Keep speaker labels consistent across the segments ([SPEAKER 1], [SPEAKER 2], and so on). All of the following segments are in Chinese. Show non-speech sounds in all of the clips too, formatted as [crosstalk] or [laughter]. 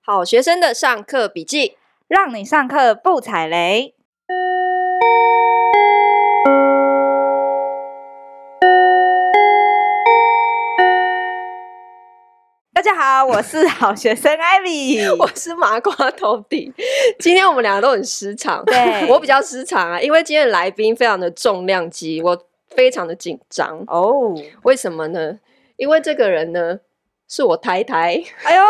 [SPEAKER 1] 好学生的上课笔
[SPEAKER 2] [laughs]
[SPEAKER 1] 记。
[SPEAKER 2] 让你上课不踩雷。大家好，我是好学生
[SPEAKER 1] [laughs] 我
[SPEAKER 2] Ivy。
[SPEAKER 1] 是麻瓜头顶，今天我们两个都很失常，
[SPEAKER 2] 对
[SPEAKER 1] 我比较失常啊，因为今天的来宾非常的重量级，我非常的紧张。
[SPEAKER 2] 哦，
[SPEAKER 1] 为什么呢？因为这个人呢，是我太太。
[SPEAKER 2] 哎呦，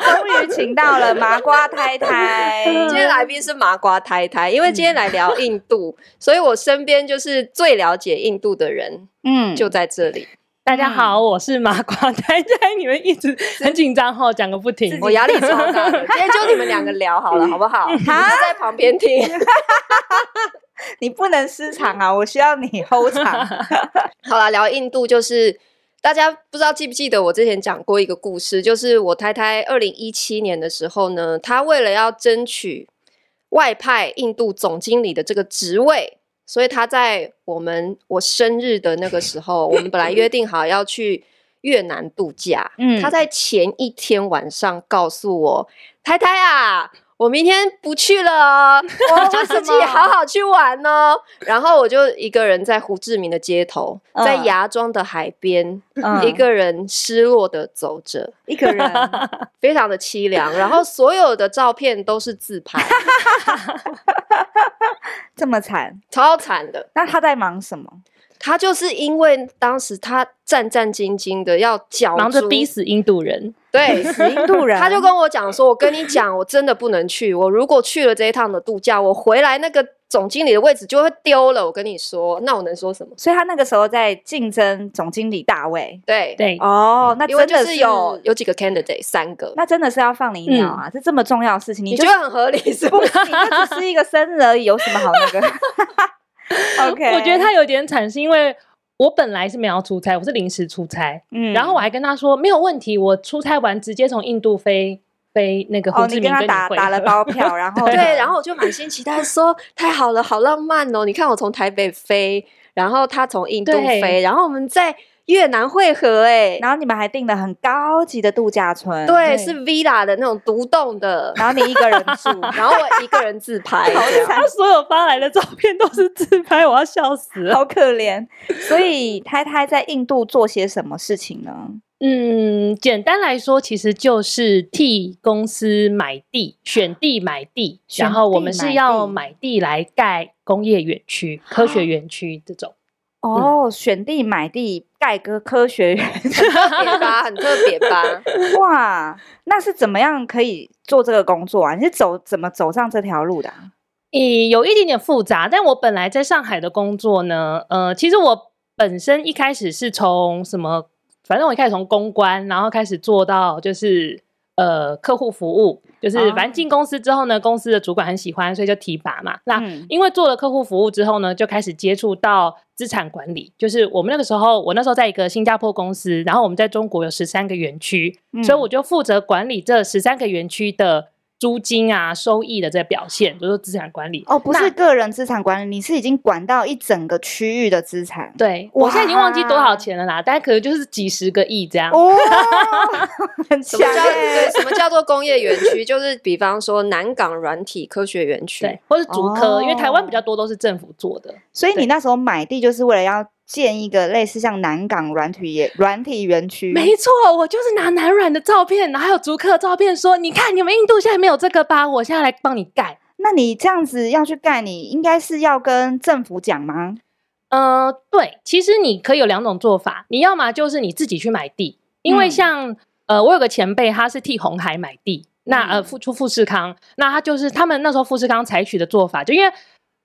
[SPEAKER 2] 终于请到了麻瓜太太。
[SPEAKER 1] [laughs] 今天来宾是麻瓜太太，因为今天来聊印
[SPEAKER 2] 嗯
[SPEAKER 1] 度，所以我身边就是最了解印度的人
[SPEAKER 2] 嗯，
[SPEAKER 1] 就在这里。
[SPEAKER 3] 大家好，我是麻瓜太太，你们一直很紧张哈，讲个不停。
[SPEAKER 1] 我压力超大的，今天就你们两个聊好了，好不
[SPEAKER 2] [laughs]
[SPEAKER 1] 好？你就在旁边听。
[SPEAKER 2] 你不能失常啊，我需要你 hold
[SPEAKER 1] [laughs]
[SPEAKER 3] [laughs]
[SPEAKER 2] 场。
[SPEAKER 1] 好啦，聊印度就是大家不知道记不记得我之前讲过一个故事，就是我太太二零一七年的时候呢，她为了要争取外派印度总经理的这个职位，所以她在我们我生日的那个时候，我们本来约定好要去越南度假，
[SPEAKER 2] 嗯
[SPEAKER 1] 她在前一天晚上告诉我，太太啊。我明天不去了
[SPEAKER 3] [laughs]
[SPEAKER 1] 哦，我就自己好好去玩哦。然后我就一个人在胡志明的街头，
[SPEAKER 2] 嗯
[SPEAKER 1] 在芽庄的海边，
[SPEAKER 2] 嗯
[SPEAKER 1] 一个人失落的走着，
[SPEAKER 2] 一个人，
[SPEAKER 1] [laughs] 非常的凄凉。然后所有的照片都是自拍， [laughs]
[SPEAKER 2] 这么惨，
[SPEAKER 1] 超惨的。
[SPEAKER 2] 那他在忙什么？
[SPEAKER 1] 他就是因为当时他战战兢兢的要角逐
[SPEAKER 3] 忙着逼死印度人， [laughs]
[SPEAKER 1] 对，
[SPEAKER 2] 死印度 [laughs] 人，
[SPEAKER 1] 他就跟我讲说：“我跟你讲，我真的不能去。我如果去了这一趟的度假，我回来那个总经理的位置就会丢了。我跟你说，那我能说什么？
[SPEAKER 2] 所以他那个时候在竞争总经理大卫。
[SPEAKER 1] 对，
[SPEAKER 3] 对，
[SPEAKER 2] 哦，那
[SPEAKER 1] 因为
[SPEAKER 2] 真
[SPEAKER 1] 就
[SPEAKER 2] 的
[SPEAKER 1] 是有，有几个 candidate，三个，
[SPEAKER 2] 那真的是要放你一鸟啊！这这么重要的事情，
[SPEAKER 1] 你
[SPEAKER 2] 就
[SPEAKER 1] 觉得很合理是
[SPEAKER 2] 不
[SPEAKER 1] 不
[SPEAKER 2] 你
[SPEAKER 1] 是？
[SPEAKER 2] 就只是一个生日而已，有什么好那个 [laughs] ？OK，
[SPEAKER 3] 我觉得他有点惨，是因为我本来是没有要出差，我是临时出差，
[SPEAKER 2] 嗯
[SPEAKER 3] 然后我还跟他说没有问题，我出差完直接从印度飞飞那个胡
[SPEAKER 2] 哦，
[SPEAKER 3] 志
[SPEAKER 2] 你
[SPEAKER 3] 明
[SPEAKER 2] 跟他打
[SPEAKER 3] 会合
[SPEAKER 2] 打了包票，然后
[SPEAKER 1] [laughs]
[SPEAKER 2] 呢
[SPEAKER 1] 对，然后我就满心期待说，太好了，好浪漫哦！你看我从台北飞，然后他从印度
[SPEAKER 3] 对
[SPEAKER 1] 飞，然后我们在越南会合、欸，
[SPEAKER 2] 然后你们还订了很高级的度假村，嗯
[SPEAKER 1] 对，
[SPEAKER 3] 对
[SPEAKER 1] 是 villa 的那种独栋的，
[SPEAKER 2] [laughs] 然后你一个人住，
[SPEAKER 1] 然后我一个人自拍，
[SPEAKER 2] 好
[SPEAKER 1] 这样
[SPEAKER 2] 惨
[SPEAKER 3] [laughs] 他，所有发来的照片都是自拍，我要笑死了。
[SPEAKER 2] 好可怜。所以太太在印度做些什么事情呢？
[SPEAKER 3] 嗯，简单来说，其实就是替公司买地、选地、买地，
[SPEAKER 2] 选
[SPEAKER 3] 然后我
[SPEAKER 2] 地
[SPEAKER 3] 们
[SPEAKER 2] 买
[SPEAKER 3] 是
[SPEAKER 2] 地
[SPEAKER 3] 要买地来盖工业园区、科学园区这种。
[SPEAKER 2] 哦，选地买地盖个科学园，
[SPEAKER 1] 特别吧，很特别吧。
[SPEAKER 2] [laughs] 哇，那是怎么样可以做这个工作啊？你是走怎么走上这条路的啊、
[SPEAKER 3] 诶，有一点点复杂。但我本来在上海的工作呢，呃，其实我本身一开始是从什么，反正我一开始从公关，然后开始做到就是呃客户服务，就是
[SPEAKER 2] 哦
[SPEAKER 3] 反正进公司之后呢，公司的主管很喜欢，所以就提拔嘛。那、
[SPEAKER 2] 嗯
[SPEAKER 3] 因为做了客户服务之后呢，就开始接触到资产管理。就是我们那个时候，我那时候在一个新加坡公司，然后我们在中国有十三个园区，
[SPEAKER 2] 嗯
[SPEAKER 3] 所以我就负责管理这十三个园区的租金啊、收益的这个表现，就是资产管理。
[SPEAKER 2] 哦，不是
[SPEAKER 3] 那
[SPEAKER 2] 个人资产管理，你是已经管到一整个区域的资产。
[SPEAKER 3] 对，
[SPEAKER 2] 哇
[SPEAKER 3] 我现在已经忘记多少钱了啦，大概可能就是几十个亿这样。
[SPEAKER 2] [laughs] 哦，很
[SPEAKER 1] 什
[SPEAKER 2] 强
[SPEAKER 1] 么叫
[SPEAKER 2] 欸
[SPEAKER 1] 对？什么叫做工业园区？就是比方说南港软体科学园区
[SPEAKER 3] 对，，或是竹科，
[SPEAKER 2] 哦
[SPEAKER 3] 因为台湾比较多都是政府做的。
[SPEAKER 2] 所以你
[SPEAKER 3] 对
[SPEAKER 2] 那时候买地就是为了要建一个类似像南港软体园软体园区，
[SPEAKER 3] 没错，我就是拿南软的照片，然后还有竹科的照片说，你看你们印度现在没有这个吧，我现在来帮你盖。
[SPEAKER 2] 那你这样子要去盖，你应该是要跟政府讲吗？
[SPEAKER 3] 呃，对，其实你可以有两种做法，你要么就是你自己去买地，因为
[SPEAKER 2] 嗯
[SPEAKER 3] 像、呃，我有个前辈，他是替红海买地，那呃，富出富士康，那他就是他们那时候富士康采取的做法，就因为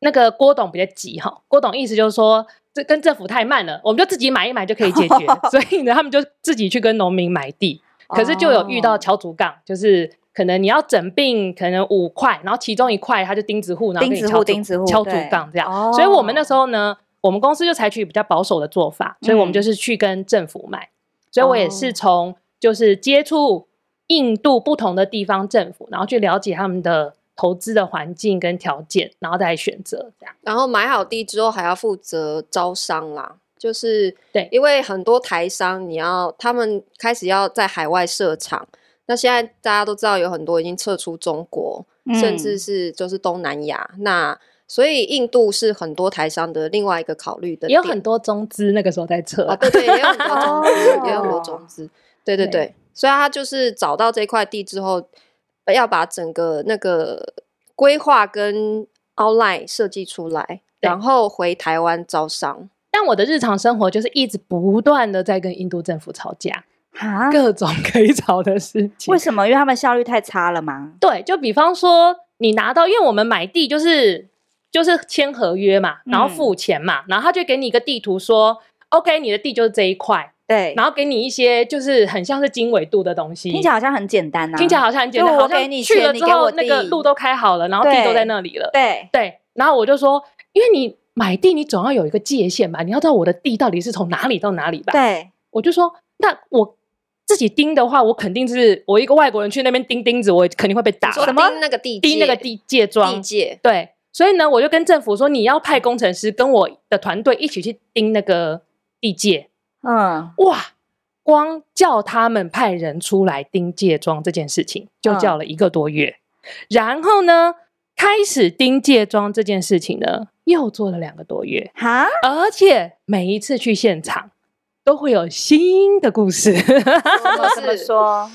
[SPEAKER 3] 那个郭董比较急哈，郭董意思就是说。这跟政府太慢了，我们就自己买一买就可以解决，所以呢，他们就自己去跟农民买地，可是就有遇到
[SPEAKER 2] 哦
[SPEAKER 3] 敲竹杠，就是可能你要整并，可能五块，然后其中一块他就钉子户，然后
[SPEAKER 2] 钉
[SPEAKER 3] 给你
[SPEAKER 2] 子户
[SPEAKER 3] 敲竹
[SPEAKER 2] 钉子户
[SPEAKER 3] 敲竹
[SPEAKER 2] 对哦
[SPEAKER 3] 杠这样。所以我们那时候呢，我们公司就采取比较保守的做法，所以我们
[SPEAKER 2] 嗯
[SPEAKER 3] 就是去跟政府买。所以我也
[SPEAKER 1] 哦
[SPEAKER 3] 是从就是接触印度不同的地方政府，然后去了解他们的投资的环境跟条件，然后再选择这样。
[SPEAKER 1] 然后买好地之后还要负责招商啦，就是
[SPEAKER 3] 对
[SPEAKER 1] 因为很多台商你要他们开始要在海外设厂。那现在大家都知道，有很多已经撤出中国，甚
[SPEAKER 3] 嗯
[SPEAKER 1] 至是就是东南亚。那所以印度是很多台商的另外一个考虑的
[SPEAKER 3] 也有
[SPEAKER 1] 点
[SPEAKER 3] 很多中资那个时候在撤
[SPEAKER 1] 啊，对对，也有很多种子，也有很多
[SPEAKER 2] 哦
[SPEAKER 1] 种子，对对
[SPEAKER 3] 对
[SPEAKER 1] 对，所以他就是找到这块地之后，呃要把整个那个规划跟 outline 设计出来，
[SPEAKER 3] 对
[SPEAKER 1] 然后回台湾招商。
[SPEAKER 3] 但我的日常生活就是一直不断的在跟印度政府吵架，
[SPEAKER 2] 啊？ [laughs]
[SPEAKER 3] 各种可以吵的事情
[SPEAKER 2] 为。什么？因为他们效率太差了吗？
[SPEAKER 3] 对，就比方说你拿到，因为我们买地就是就是签合约嘛，
[SPEAKER 2] 嗯
[SPEAKER 3] 然后付钱嘛，然后他就给你一个地图说，OK，你的地就是这一块，
[SPEAKER 2] 对，
[SPEAKER 3] 然后给你一些就是很像是经纬度的东西，
[SPEAKER 2] 听起来好像很简单啊，
[SPEAKER 3] 听起来好像很简单，
[SPEAKER 2] 就我
[SPEAKER 3] 好像
[SPEAKER 2] 给你
[SPEAKER 3] 去
[SPEAKER 2] 钱
[SPEAKER 3] 了
[SPEAKER 2] 你
[SPEAKER 3] 之
[SPEAKER 2] 给
[SPEAKER 3] 后
[SPEAKER 2] 我
[SPEAKER 3] 那个
[SPEAKER 2] 地
[SPEAKER 3] 路都开好了，然后地
[SPEAKER 2] 对
[SPEAKER 3] 都在那里了，
[SPEAKER 2] 对，
[SPEAKER 3] 对，然后我就说，因为你买地，你总要有一个界限吧，你要知道我的地到底是从哪里到哪里吧。，
[SPEAKER 2] 对，
[SPEAKER 3] 我就说，那我自己盯的话，我肯定是我一个外国人去那边钉钉子，我肯定会被打
[SPEAKER 1] 你说
[SPEAKER 3] 了，
[SPEAKER 1] 盯那个地
[SPEAKER 3] 钉那个
[SPEAKER 1] 界
[SPEAKER 3] 地界
[SPEAKER 1] 地
[SPEAKER 3] 桩。
[SPEAKER 1] 界，
[SPEAKER 3] 对，所以呢，我就跟政府说，你要派工程师跟我的团队一起去盯那个地界。
[SPEAKER 2] 嗯，
[SPEAKER 3] 哇，光叫他们派人出来盯戒庄这件事情，就
[SPEAKER 2] 嗯
[SPEAKER 3] 叫了一个多月。然后呢，开始盯戒庄这件事情呢，又做了两个多月，
[SPEAKER 2] 哈，
[SPEAKER 3] 而且每一次去现场。都会有新的故事， [laughs] 就是
[SPEAKER 1] 么
[SPEAKER 2] 哦怎么
[SPEAKER 1] 哦是
[SPEAKER 2] 说？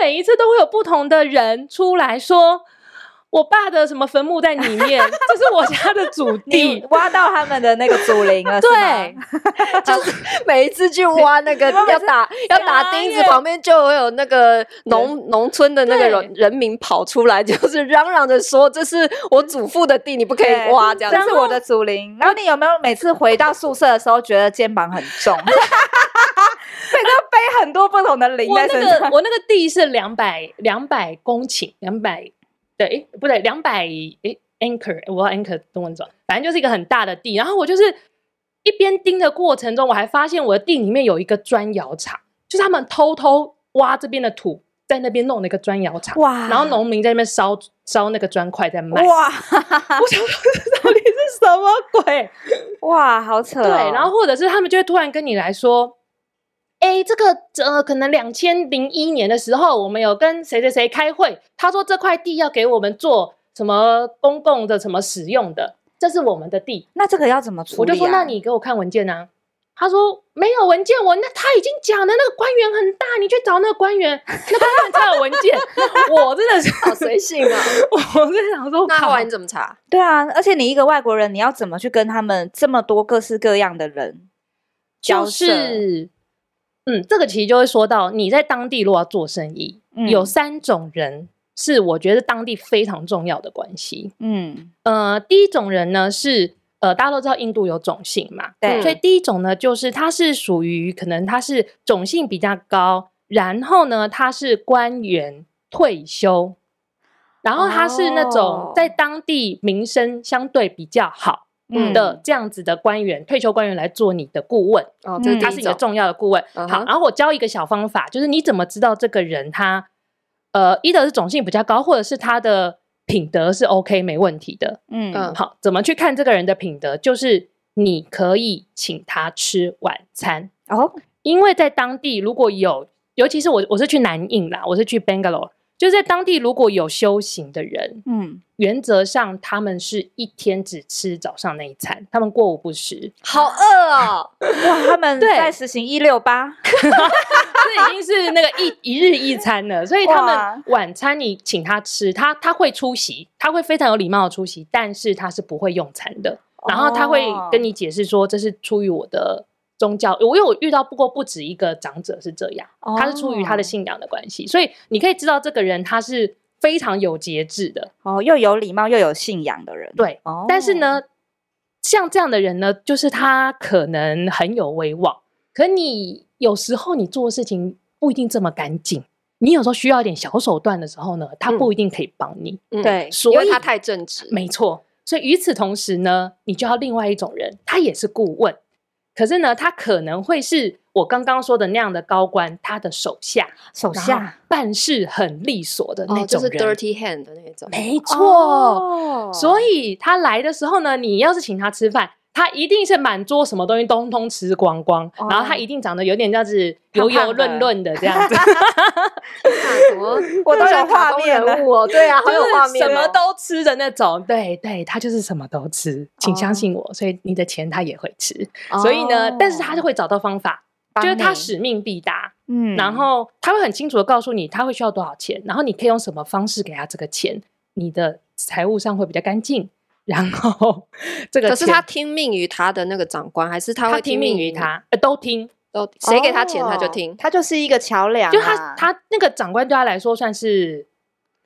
[SPEAKER 3] 每一次都会有不同的人出来说，我爸的什么坟墓在里面，这是我家的祖
[SPEAKER 2] [laughs] [laughs] 你
[SPEAKER 3] 地，
[SPEAKER 2] 挖到他们的那个祖灵了，是吗
[SPEAKER 3] 对，，
[SPEAKER 1] [laughs] 每一次去挖那个要打要打钉子，旁边就会有那个农农村的那个人人民跑出来， [laughs] 就是嚷嚷着说：“这是我祖父的地，你不可以
[SPEAKER 2] 对
[SPEAKER 1] 挖。”这样
[SPEAKER 2] 这
[SPEAKER 1] 子
[SPEAKER 2] 是我的祖灵。然后你有没有每次回到宿舍的时候，觉得肩膀很重？ [laughs] 每次要背很多不同的灵
[SPEAKER 3] 我
[SPEAKER 2] 在
[SPEAKER 3] 那
[SPEAKER 2] 身
[SPEAKER 3] 个
[SPEAKER 2] 上。
[SPEAKER 3] 我那个地是两百两百公顷，两百对，诶不对，两百诶 anchor，我要 anchor 中文转，反正就是一个很大的地。然后我就是一边盯的过程中，我还发现我的地里面有一个砖窑厂，就是他们偷偷挖这边的土，在那边弄了一个砖窑厂，
[SPEAKER 2] 哇
[SPEAKER 3] 然后农民在那边烧烧那个砖块在卖。
[SPEAKER 2] 哇
[SPEAKER 3] 我想说这到底是什么鬼？
[SPEAKER 2] 哇，好扯、哦！
[SPEAKER 3] 对，然后或者是他们就会突然跟你来说，哎，这个呃，可能两千零一年的时候，我们有跟谁谁谁开会，他说这块地要给我们做什么公共的什么使用的，这是我们的地。
[SPEAKER 2] 那这个要怎么处
[SPEAKER 3] 我
[SPEAKER 2] 理、啊？
[SPEAKER 3] 就说，那你给我看文件啊。他说没有文件，我那他已经讲了，那个官员很大，你去找那个官员，那官员才有文件。我真的是，
[SPEAKER 1] 好随性 [laughs] 啊！
[SPEAKER 3] 我真的想说，
[SPEAKER 1] 那
[SPEAKER 3] 靠
[SPEAKER 1] 后来你怎么查？
[SPEAKER 2] 对啊，而且你一个外国人，你要怎么去跟他们这么多各式各样的人交
[SPEAKER 3] 就
[SPEAKER 2] 涉？
[SPEAKER 3] 是，嗯，这个其实就会说到你在当地如果要做生意，
[SPEAKER 2] 嗯
[SPEAKER 3] 有三种人是我觉得当地非常重要的关系。
[SPEAKER 2] 嗯，
[SPEAKER 3] 呃，第一种人呢是呃，大家都知道印度有种姓嘛，
[SPEAKER 2] 对，
[SPEAKER 3] 所以第一种呢就是他是属于可能他是种姓比较高，然后呢他是官员退休，然后他是那种
[SPEAKER 2] 哦
[SPEAKER 3] 在当地名声相对比较好
[SPEAKER 2] 嗯
[SPEAKER 3] 嗯的、这样子的官员，退休官员来做你的顾问。
[SPEAKER 1] 哦，
[SPEAKER 2] 这是
[SPEAKER 3] 他
[SPEAKER 1] 他是
[SPEAKER 3] 是你
[SPEAKER 1] 你
[SPEAKER 3] 的
[SPEAKER 1] 的重，
[SPEAKER 3] 重要的顾问。
[SPEAKER 1] 嗯
[SPEAKER 3] 好，
[SPEAKER 1] 哼
[SPEAKER 3] 然后我教一个小方法，就是你怎么知道这个人他呃，一的是种姓比较高，或者是他的品德是 OK 没问题的。
[SPEAKER 2] 嗯
[SPEAKER 1] 嗯
[SPEAKER 3] 好，怎么去看这个人的品德？就是你可以请他吃晚餐，
[SPEAKER 2] 哦，
[SPEAKER 3] 因为在当地如果有，尤其是我我是去南印啦，我是去 Bangalore，就是在当地如果有修行的人，
[SPEAKER 2] 嗯，
[SPEAKER 3] 原则上他们是一天只吃早上那一餐，他们过午不食。
[SPEAKER 1] 好饿哦！
[SPEAKER 2] 哇，他们
[SPEAKER 3] 对
[SPEAKER 2] 在实行一六八，
[SPEAKER 3] 这已经是那个一一日一餐了，所以他
[SPEAKER 2] 哇
[SPEAKER 3] 们晚餐你请他吃，他他会出席，他会非常有礼貌的出席，但是他是不会用餐的。
[SPEAKER 2] 哦
[SPEAKER 3] 然后他会跟你解释说，这是出于我的宗教，我有遇到不过不止一个长者是这样，
[SPEAKER 2] 哦
[SPEAKER 3] 他是出于他的信仰的关系，所以你可以知道这个人他是非常有节制的，
[SPEAKER 2] 哦，又有礼貌又有信仰的人，
[SPEAKER 3] 对。
[SPEAKER 2] 哦，
[SPEAKER 3] 但是，呢，像这样的人呢，就是他可能很有威望，可你有时候你做事情不一定这么干净，你有时候需要一点小手段的时候呢，他不一定可以帮你。
[SPEAKER 1] 嗯，
[SPEAKER 2] 对，
[SPEAKER 3] 所
[SPEAKER 1] 因为
[SPEAKER 3] 以
[SPEAKER 1] 他太正直，
[SPEAKER 3] 没错，所以与此同时呢，你就要另外一种人，他也是顾问，可是呢，他可能会是我刚刚说的那样的高官，他的手下，
[SPEAKER 2] 手
[SPEAKER 3] 然后
[SPEAKER 2] 下
[SPEAKER 3] 办事很利索的那
[SPEAKER 1] 哦，就
[SPEAKER 3] 种
[SPEAKER 1] 是
[SPEAKER 3] 人。
[SPEAKER 1] dirty hand [laughs] 的那种。
[SPEAKER 3] 没错。
[SPEAKER 2] 哦
[SPEAKER 3] 所以他来的时候呢，你要是请他吃饭，他一定是满桌什么东西通通吃光光，
[SPEAKER 2] 哦
[SPEAKER 3] 然后他一定长得有点这样子油
[SPEAKER 2] 胖
[SPEAKER 3] 油
[SPEAKER 2] 胖的
[SPEAKER 3] 润润的这样
[SPEAKER 2] [laughs]
[SPEAKER 3] 子，
[SPEAKER 1] 什么
[SPEAKER 2] 我都有
[SPEAKER 1] 卡
[SPEAKER 2] 画
[SPEAKER 1] 通
[SPEAKER 2] 面了
[SPEAKER 1] 人物哦，对啊，好有
[SPEAKER 3] 就是
[SPEAKER 1] 画面、哦，
[SPEAKER 3] 什么都吃的那种。对对，他就是什么都吃，请
[SPEAKER 2] 哦
[SPEAKER 3] 相信我。所以你的钱他也会吃，所以呢，但是他就会找到方法，就是他
[SPEAKER 2] 帮你
[SPEAKER 3] 使命必达。
[SPEAKER 2] 嗯
[SPEAKER 3] 然后他会很清楚的告诉你他会需要多少钱，然后你可以用什么方式给他这个钱，你的财务上会比较干净。然后 [laughs] 这个
[SPEAKER 1] 可是
[SPEAKER 3] 钱
[SPEAKER 1] 他听命于他的那个长官，还是他
[SPEAKER 3] 他
[SPEAKER 1] 会
[SPEAKER 3] 听
[SPEAKER 1] 命
[SPEAKER 3] 命于？他，呃，都听，
[SPEAKER 1] 都谁给他钱他就
[SPEAKER 2] 哦
[SPEAKER 1] 听。
[SPEAKER 2] 他就是一个桥梁啊，
[SPEAKER 3] 就他他那个长官对他来说算是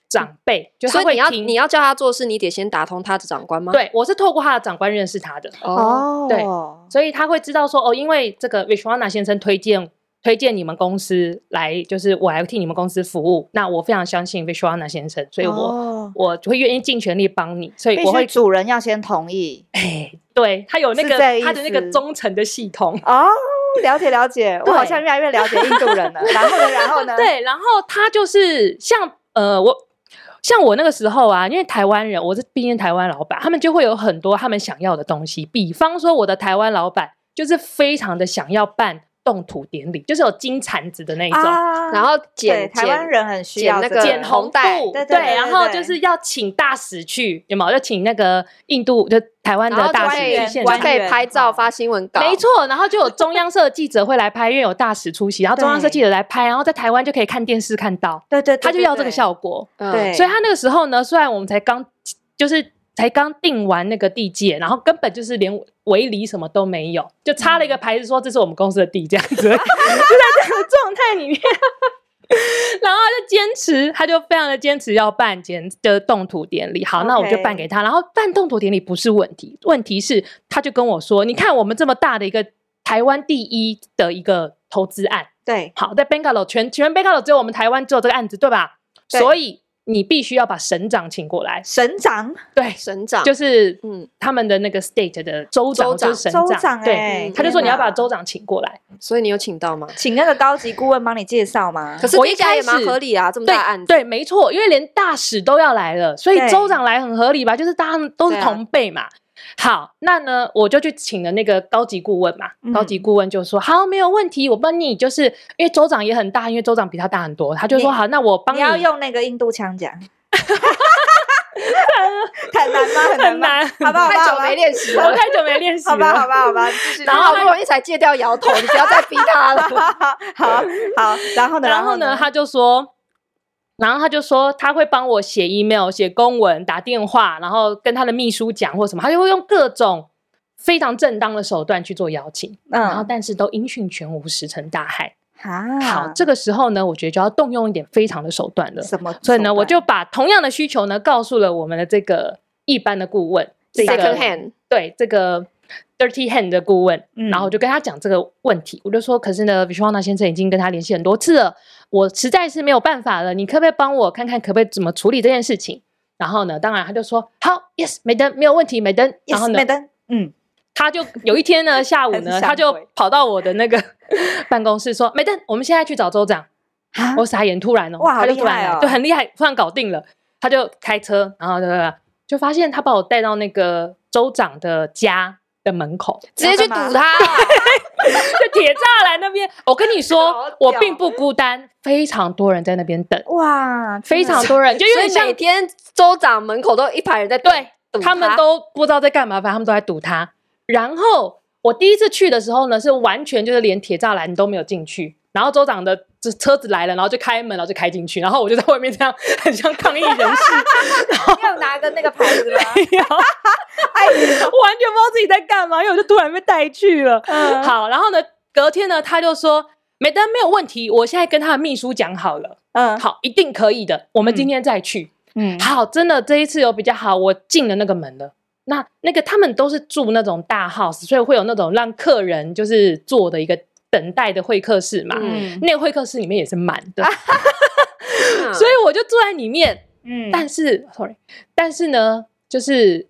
[SPEAKER 3] 长辈，就
[SPEAKER 1] 所
[SPEAKER 3] 他
[SPEAKER 1] 以
[SPEAKER 3] 会
[SPEAKER 1] 你要
[SPEAKER 3] 听。
[SPEAKER 1] 你要叫他做事，你得先打通他的长官吗？，
[SPEAKER 3] 对我是透过他的长官认识他的，
[SPEAKER 1] 哦，
[SPEAKER 2] 哦，
[SPEAKER 3] 对所以他会知道说哦，因为这个 Richwana 先生推荐推荐你们公司来，就是我来替你们公司服务，那我非常相信 Richwana 先生，所以我、
[SPEAKER 2] 哦
[SPEAKER 3] 我就会愿意尽全力帮你，所以
[SPEAKER 2] 必
[SPEAKER 3] 我会
[SPEAKER 2] 须主人要先同意
[SPEAKER 3] 哎， [laughs] 对他有
[SPEAKER 2] 是
[SPEAKER 3] 那个
[SPEAKER 2] 这个
[SPEAKER 3] 他
[SPEAKER 2] 意
[SPEAKER 3] 的那个
[SPEAKER 2] 思
[SPEAKER 3] 忠诚的系统。
[SPEAKER 2] 哦。了解了解，我好
[SPEAKER 3] [laughs] 对
[SPEAKER 2] 像越来越了解印度人
[SPEAKER 3] [laughs]
[SPEAKER 2] 了。然后呢，然后呢？，
[SPEAKER 3] 对，然后他就是像呃，我像我那个时候啊，因为台湾人，我是毕竟台湾老板，他们就会有很多他们想要的东西。比方说，我的台湾老板就是非常的想要办动土典礼，就是有金铲子的那一种。
[SPEAKER 2] 啊，
[SPEAKER 1] 然后
[SPEAKER 2] 对
[SPEAKER 1] 捡
[SPEAKER 2] 台湾
[SPEAKER 1] 捡
[SPEAKER 2] 人很需
[SPEAKER 1] 剪
[SPEAKER 2] 要
[SPEAKER 1] 那
[SPEAKER 2] 这
[SPEAKER 1] 个
[SPEAKER 3] 剪红
[SPEAKER 1] 红带
[SPEAKER 3] 布，
[SPEAKER 2] 对对对
[SPEAKER 3] 然
[SPEAKER 2] 对
[SPEAKER 3] 后
[SPEAKER 2] 对
[SPEAKER 3] 就是要请大使去，有没有？要请那个印度，就台湾
[SPEAKER 1] 然后就
[SPEAKER 3] 的大
[SPEAKER 1] 可
[SPEAKER 3] 使
[SPEAKER 1] 以
[SPEAKER 3] 去
[SPEAKER 2] 员
[SPEAKER 3] 现
[SPEAKER 1] 就
[SPEAKER 3] 场
[SPEAKER 2] 官
[SPEAKER 1] 可以
[SPEAKER 2] 员
[SPEAKER 1] 拍
[SPEAKER 2] 啊
[SPEAKER 1] 照发新闻稿，
[SPEAKER 3] 哦没错，然后就有中央社的记者会来拍，因为有大使出席，然后中央社记者来拍，然后在台湾就可以看电视看到，
[SPEAKER 2] 对对，对
[SPEAKER 3] 他就要这
[SPEAKER 2] 果。
[SPEAKER 3] 个。效果。
[SPEAKER 1] 嗯，
[SPEAKER 2] 对
[SPEAKER 3] 所以他那个时候呢，虽然我们才刚就是才刚定完那个地界，然后根本就是连围篱什么都没有，就插了一个牌子说这是我们公司的地这
[SPEAKER 2] [laughs]
[SPEAKER 3] 样子，就在这样的状态里面。 [laughs] 然后他就坚持，他就非常的坚持要办简的动土典礼。好，那我就
[SPEAKER 2] OK
[SPEAKER 3] 办给他。然后办动土典礼不是问题，问题是他就跟我说：“你看我们这么大的一个台湾第一的一个投资案，
[SPEAKER 2] 对，
[SPEAKER 3] 好，在 Bangalore 全全 Bangalore 只有我们台湾只有这个案子，对吧？
[SPEAKER 2] 对
[SPEAKER 3] 所以你必须要把省长请过来，
[SPEAKER 2] 省长、
[SPEAKER 3] 对，
[SPEAKER 1] 省长
[SPEAKER 3] [laughs] 就是是
[SPEAKER 1] 嗯，
[SPEAKER 3] 他们的那个 state 的州
[SPEAKER 1] 州
[SPEAKER 3] 长
[SPEAKER 1] 长
[SPEAKER 3] 就是省
[SPEAKER 2] 州
[SPEAKER 3] 长，
[SPEAKER 2] 长，
[SPEAKER 3] 对，
[SPEAKER 2] 哎，
[SPEAKER 3] 他就说
[SPEAKER 2] 天
[SPEAKER 3] 你要
[SPEAKER 2] 哪
[SPEAKER 3] 把州长请过来，
[SPEAKER 1] 所以你有请到吗？
[SPEAKER 2] 请那个高级顾问帮你介绍吗？
[SPEAKER 1] 可是
[SPEAKER 3] 嗯我
[SPEAKER 1] 听
[SPEAKER 3] 一
[SPEAKER 1] 起来也
[SPEAKER 3] 开
[SPEAKER 1] 蛮
[SPEAKER 3] 始
[SPEAKER 1] 合理啊，这么
[SPEAKER 3] 对
[SPEAKER 1] 大案子，
[SPEAKER 3] 对，没错，因为连大使都要来了，所以
[SPEAKER 2] 对
[SPEAKER 3] 州长来很合理吧？就是大家都是
[SPEAKER 2] 对啊
[SPEAKER 3] 同辈嘛。好，那呢，我就去请了那个高级顾问嘛。
[SPEAKER 2] 嗯
[SPEAKER 3] 高级顾问就说：“好，没有问题，我帮你。”就是因为州长也很大，因为州长比他大很多，他就说：“
[SPEAKER 2] 你
[SPEAKER 3] 好，那我帮
[SPEAKER 2] 你要用那个印度腔
[SPEAKER 3] [laughs]
[SPEAKER 2] 讲，很难吗？
[SPEAKER 3] 很
[SPEAKER 2] 很难
[SPEAKER 3] 难，
[SPEAKER 2] 吗，好不好？
[SPEAKER 1] 太
[SPEAKER 2] 好
[SPEAKER 1] 久
[SPEAKER 2] 吧
[SPEAKER 1] 没，练
[SPEAKER 3] [laughs]
[SPEAKER 1] 习
[SPEAKER 3] 我
[SPEAKER 1] 了，
[SPEAKER 3] 太久没练习
[SPEAKER 2] 好
[SPEAKER 3] 了。
[SPEAKER 2] 吧，好吧，好吧，继
[SPEAKER 3] [laughs]
[SPEAKER 2] 续
[SPEAKER 1] 然
[SPEAKER 3] 然
[SPEAKER 1] 后
[SPEAKER 3] 后
[SPEAKER 1] 好不容易才戒掉摇头，你不要再逼他 [laughs] 了。
[SPEAKER 2] 好好，然后呢？
[SPEAKER 3] 然后呢，？他就说，然后他就说他会帮我写 email、写公文、打电话，然后跟他的秘书讲或什么，他就会用各种非常正当的手段去做邀请，然后
[SPEAKER 2] 嗯，
[SPEAKER 3] 但是都音讯全无，石沉大海。
[SPEAKER 2] 啊
[SPEAKER 3] 好，这个时候呢，我觉得就要动用一点非常的手段了。
[SPEAKER 2] 什么手段？
[SPEAKER 3] 所以呢，我就把同样的需求呢，告诉了我们的这个一般的顾问，这个
[SPEAKER 1] Second hand，
[SPEAKER 3] 对这个 Dirty Hand 的顾问，
[SPEAKER 2] 嗯
[SPEAKER 3] 然后我就跟他讲这个问题，我就说，可是呢，Vishwana 先生已经跟他联系很多次了，我实在是没有办法了，你可不可以帮我看看，可不可以怎么处理这件事情？然后呢，当然他就说好，yes，美登没有问题，美登。然后
[SPEAKER 2] yes，
[SPEAKER 3] 呢啊
[SPEAKER 2] 麦，登，嗯，
[SPEAKER 3] 他就有一
[SPEAKER 2] [laughs]
[SPEAKER 3] 天呢，下午
[SPEAKER 2] 还
[SPEAKER 3] 呢，
[SPEAKER 2] 是想
[SPEAKER 3] 他就
[SPEAKER 2] 回
[SPEAKER 3] 跑到我的那个 [laughs] 办公室说，美登，我们现在去找州长。
[SPEAKER 2] 啊
[SPEAKER 3] 我傻眼，突然哦，
[SPEAKER 2] 哇好
[SPEAKER 3] 他就
[SPEAKER 2] 厉
[SPEAKER 3] 突然
[SPEAKER 2] 害
[SPEAKER 3] 来
[SPEAKER 2] 哦
[SPEAKER 3] 就很厉害，突然搞定了。他就开车，然后就就发现他把我带到那个州长的家的门口，
[SPEAKER 1] 直接去堵他， [laughs]
[SPEAKER 3] 就铁栅栏那
[SPEAKER 2] [laughs]
[SPEAKER 3] 边。我跟你
[SPEAKER 1] 好
[SPEAKER 3] 说
[SPEAKER 1] 屌，
[SPEAKER 3] 我并不孤单，非常多人在那边等，
[SPEAKER 2] 哇，
[SPEAKER 3] 非常多人，就有
[SPEAKER 1] 所以
[SPEAKER 3] 点
[SPEAKER 1] 每
[SPEAKER 3] 像
[SPEAKER 1] 天州长门口都一排人在等
[SPEAKER 3] 对，
[SPEAKER 1] 堵
[SPEAKER 3] 他们都不知道在干嘛，反正他们都在堵他。然后我第一次去的时候呢，是完全就是连铁栅栏都没有进去。然后州长的这车子来了，然后就开门，然后就开进去，然后我就在外面这样，很像抗议人士，
[SPEAKER 2] 要拿个那个牌子吗？
[SPEAKER 3] 然后
[SPEAKER 2] 哎呦，
[SPEAKER 3] 我完全不知道自己在干嘛，因为我就突然被带去了。
[SPEAKER 2] 嗯
[SPEAKER 3] 好，然后呢，隔天呢，他就说。美登没有问题，我现在跟他的秘书讲好了，
[SPEAKER 2] 嗯
[SPEAKER 3] 好，一定可以的。我们今天再去。
[SPEAKER 2] 嗯，
[SPEAKER 3] 好，真的这一次有比较好，我进了那个门了。那那个他们都是住那种大 house，所以会有那种让客人就是坐的一个等待的会客室嘛。
[SPEAKER 1] 嗯
[SPEAKER 3] 那个会客室里面也是满的，
[SPEAKER 2] 啊
[SPEAKER 1] 嗯
[SPEAKER 3] 所以我就坐在里面。
[SPEAKER 2] 嗯
[SPEAKER 3] 但是，sorry，但是呢，就是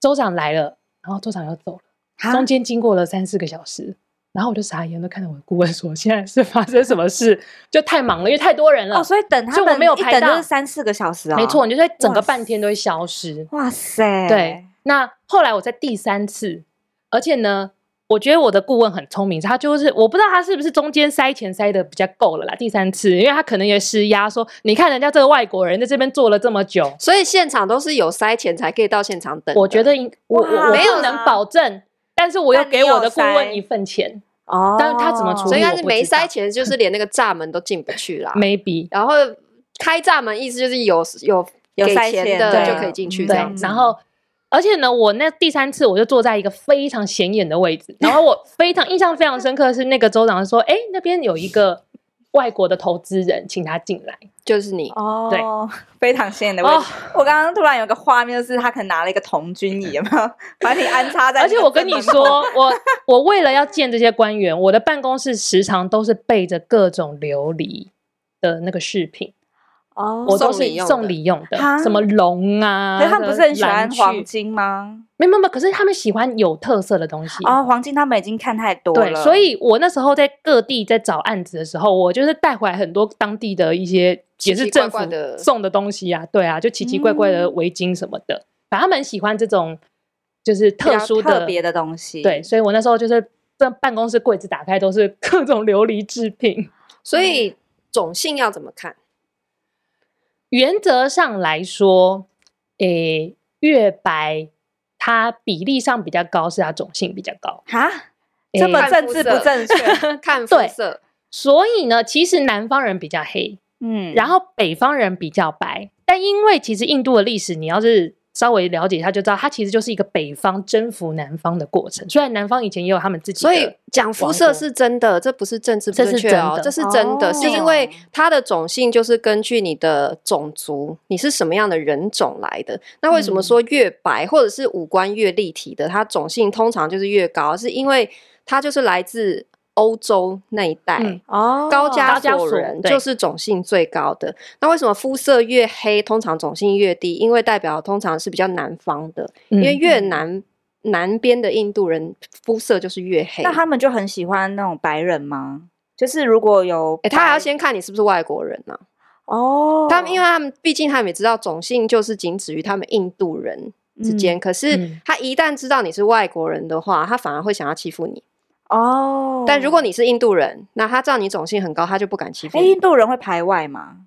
[SPEAKER 3] 州长来了，然后州长要走了。
[SPEAKER 2] 啊
[SPEAKER 3] 中间经过了三四个小时，然后我就傻眼了，看着我的顾问说：“现在是发生什么事？就太忙了，因为太多人了。
[SPEAKER 2] 哦，所以等他
[SPEAKER 3] 所以我
[SPEAKER 2] 们
[SPEAKER 3] 没有
[SPEAKER 2] 一
[SPEAKER 3] 排
[SPEAKER 2] 等就
[SPEAKER 3] 到
[SPEAKER 2] 是三四个小时啊，
[SPEAKER 3] 没错，，你就在整
[SPEAKER 2] 哇
[SPEAKER 3] 个半天都会消失。
[SPEAKER 2] 哇塞，
[SPEAKER 3] 对，那后来我在第三次，而且呢，我觉得我的顾问很聪明，他就是我不知道他是不是中间塞钱塞的比较够了啦，第三次，因为他可能也施压说，你看人家这个外国人在这边坐了这么久，
[SPEAKER 1] 所以现场都是有塞钱才可以到现场等的。
[SPEAKER 3] 我觉得应我我
[SPEAKER 2] 哇
[SPEAKER 3] 我
[SPEAKER 1] 没有
[SPEAKER 3] 不能保证，但是我又
[SPEAKER 2] 但你
[SPEAKER 3] 给我的
[SPEAKER 2] 有
[SPEAKER 3] 顾
[SPEAKER 2] 塞
[SPEAKER 3] 问一份钱
[SPEAKER 2] 哦
[SPEAKER 3] 但他怎么处
[SPEAKER 1] 所以
[SPEAKER 3] 理
[SPEAKER 1] 应该
[SPEAKER 3] 我
[SPEAKER 1] 是
[SPEAKER 3] 不
[SPEAKER 1] 没
[SPEAKER 3] 知道
[SPEAKER 1] 塞钱，就是连那个闸门都进不去啦。
[SPEAKER 3] ，maybe
[SPEAKER 1] 然后开闸门意思就是有有
[SPEAKER 2] 有
[SPEAKER 1] 给
[SPEAKER 2] 塞
[SPEAKER 1] 钱
[SPEAKER 2] 钱
[SPEAKER 1] 的
[SPEAKER 2] 的
[SPEAKER 1] 就可以进去
[SPEAKER 2] 嗯
[SPEAKER 1] 这
[SPEAKER 3] 对
[SPEAKER 1] 样子。，
[SPEAKER 3] 然后。而且呢，我那第三次我就坐在一个非常显眼的位置，然后我非常印象非常深刻的是那个州长说：“哎、那边有一个外国的投资人，请他进来。
[SPEAKER 1] 就是你，
[SPEAKER 2] 哦，
[SPEAKER 3] 对，
[SPEAKER 2] 非常显眼的位置。
[SPEAKER 3] 哦
[SPEAKER 2] 我刚刚突然有个画面，就是他可能拿了一个童军椅，有没有？把你安插”在。
[SPEAKER 3] 而且我跟你，
[SPEAKER 2] [laughs]
[SPEAKER 3] 说，我我为了要见这些官员，我的办公室时常都是备着各种琉璃的那个饰品，
[SPEAKER 2] 哦，
[SPEAKER 3] 我都
[SPEAKER 1] 送礼
[SPEAKER 3] 是
[SPEAKER 1] 用的
[SPEAKER 3] 送礼用的，
[SPEAKER 2] 哈
[SPEAKER 3] 什么龙啊，
[SPEAKER 2] 可是他们不是很喜欢
[SPEAKER 3] 蓝去
[SPEAKER 2] 黄金吗？
[SPEAKER 3] 没没没，可是他们喜欢有特色的东西。
[SPEAKER 2] 哦，黄金他们已经看太多
[SPEAKER 3] 对
[SPEAKER 2] 了，，
[SPEAKER 3] 所以我那时候在各地在找案子的时候，我就是带回来很多当地的一些也是
[SPEAKER 1] 奇怪
[SPEAKER 3] 政府
[SPEAKER 1] 怪的
[SPEAKER 3] 送的东西啊，对啊，就奇奇怪怪的
[SPEAKER 2] 嗯
[SPEAKER 3] 围巾什么的，反正他们很喜欢这种就是特
[SPEAKER 2] 比较
[SPEAKER 3] 殊的
[SPEAKER 2] 特别的东西。
[SPEAKER 3] 对，所以我那时候就是在办公室柜子打开都是各种琉璃制品。
[SPEAKER 1] 所以种姓要怎么看？
[SPEAKER 3] 原则上来说，诶，月白它比例上比较高，是它种姓比较高。
[SPEAKER 2] 哈，
[SPEAKER 3] 诶
[SPEAKER 2] 这么
[SPEAKER 1] 看
[SPEAKER 2] 政
[SPEAKER 1] 肤
[SPEAKER 2] 治不
[SPEAKER 1] 色
[SPEAKER 2] 正确。
[SPEAKER 1] [laughs] 看肤
[SPEAKER 3] 对
[SPEAKER 1] 色，
[SPEAKER 3] 所以呢，其实南方人比较黑，
[SPEAKER 2] 嗯，
[SPEAKER 3] 然后北方人比较白。但因为其实印度的历史，你要是稍微了解一下，就知道它其实就是一个北方征服南方的过程。虽然南方以前也有他们自己
[SPEAKER 1] 所
[SPEAKER 3] 的，
[SPEAKER 1] 以讲肤色是真的，这不是政治不
[SPEAKER 3] 这
[SPEAKER 1] 正
[SPEAKER 3] 是
[SPEAKER 1] 确
[SPEAKER 3] 真
[SPEAKER 1] 哦，
[SPEAKER 3] 的
[SPEAKER 1] 这是真的，
[SPEAKER 2] 哦
[SPEAKER 1] 是因为它的种姓就是根据你的种族，你是什么样的人种来的。那为什么
[SPEAKER 3] 嗯
[SPEAKER 1] 说越白或者是五官越立体的，它种姓通常就是越高？是因为它就是来自欧洲那一带。
[SPEAKER 3] 嗯
[SPEAKER 2] 哦，
[SPEAKER 1] 高加
[SPEAKER 3] 高加
[SPEAKER 1] 索
[SPEAKER 3] 索
[SPEAKER 1] 人
[SPEAKER 3] 对
[SPEAKER 1] 就是种姓最高的。那为什么肤色越黑，通常种姓越低？因为代表通常是比较南方的，
[SPEAKER 2] 嗯
[SPEAKER 3] 因
[SPEAKER 1] 因为越南南边的印度人肤色就是越黑。
[SPEAKER 2] 那他们就很喜欢那种白人吗？就是如果有白，
[SPEAKER 1] 哎、他还要先看你是不是外国人呐、
[SPEAKER 2] 哦，
[SPEAKER 1] 他们因为他们毕竟他们也知道种姓就是仅止于他们印度人之间，可是
[SPEAKER 3] 嗯
[SPEAKER 1] 他一旦知道你是外国人的话，他反而会想要欺负你。
[SPEAKER 2] 哦，
[SPEAKER 1] 但如果你是印度人，那他知道你种姓很高，他就不敢欺负
[SPEAKER 2] 哎，
[SPEAKER 1] 你。
[SPEAKER 2] 印度人会排外吗？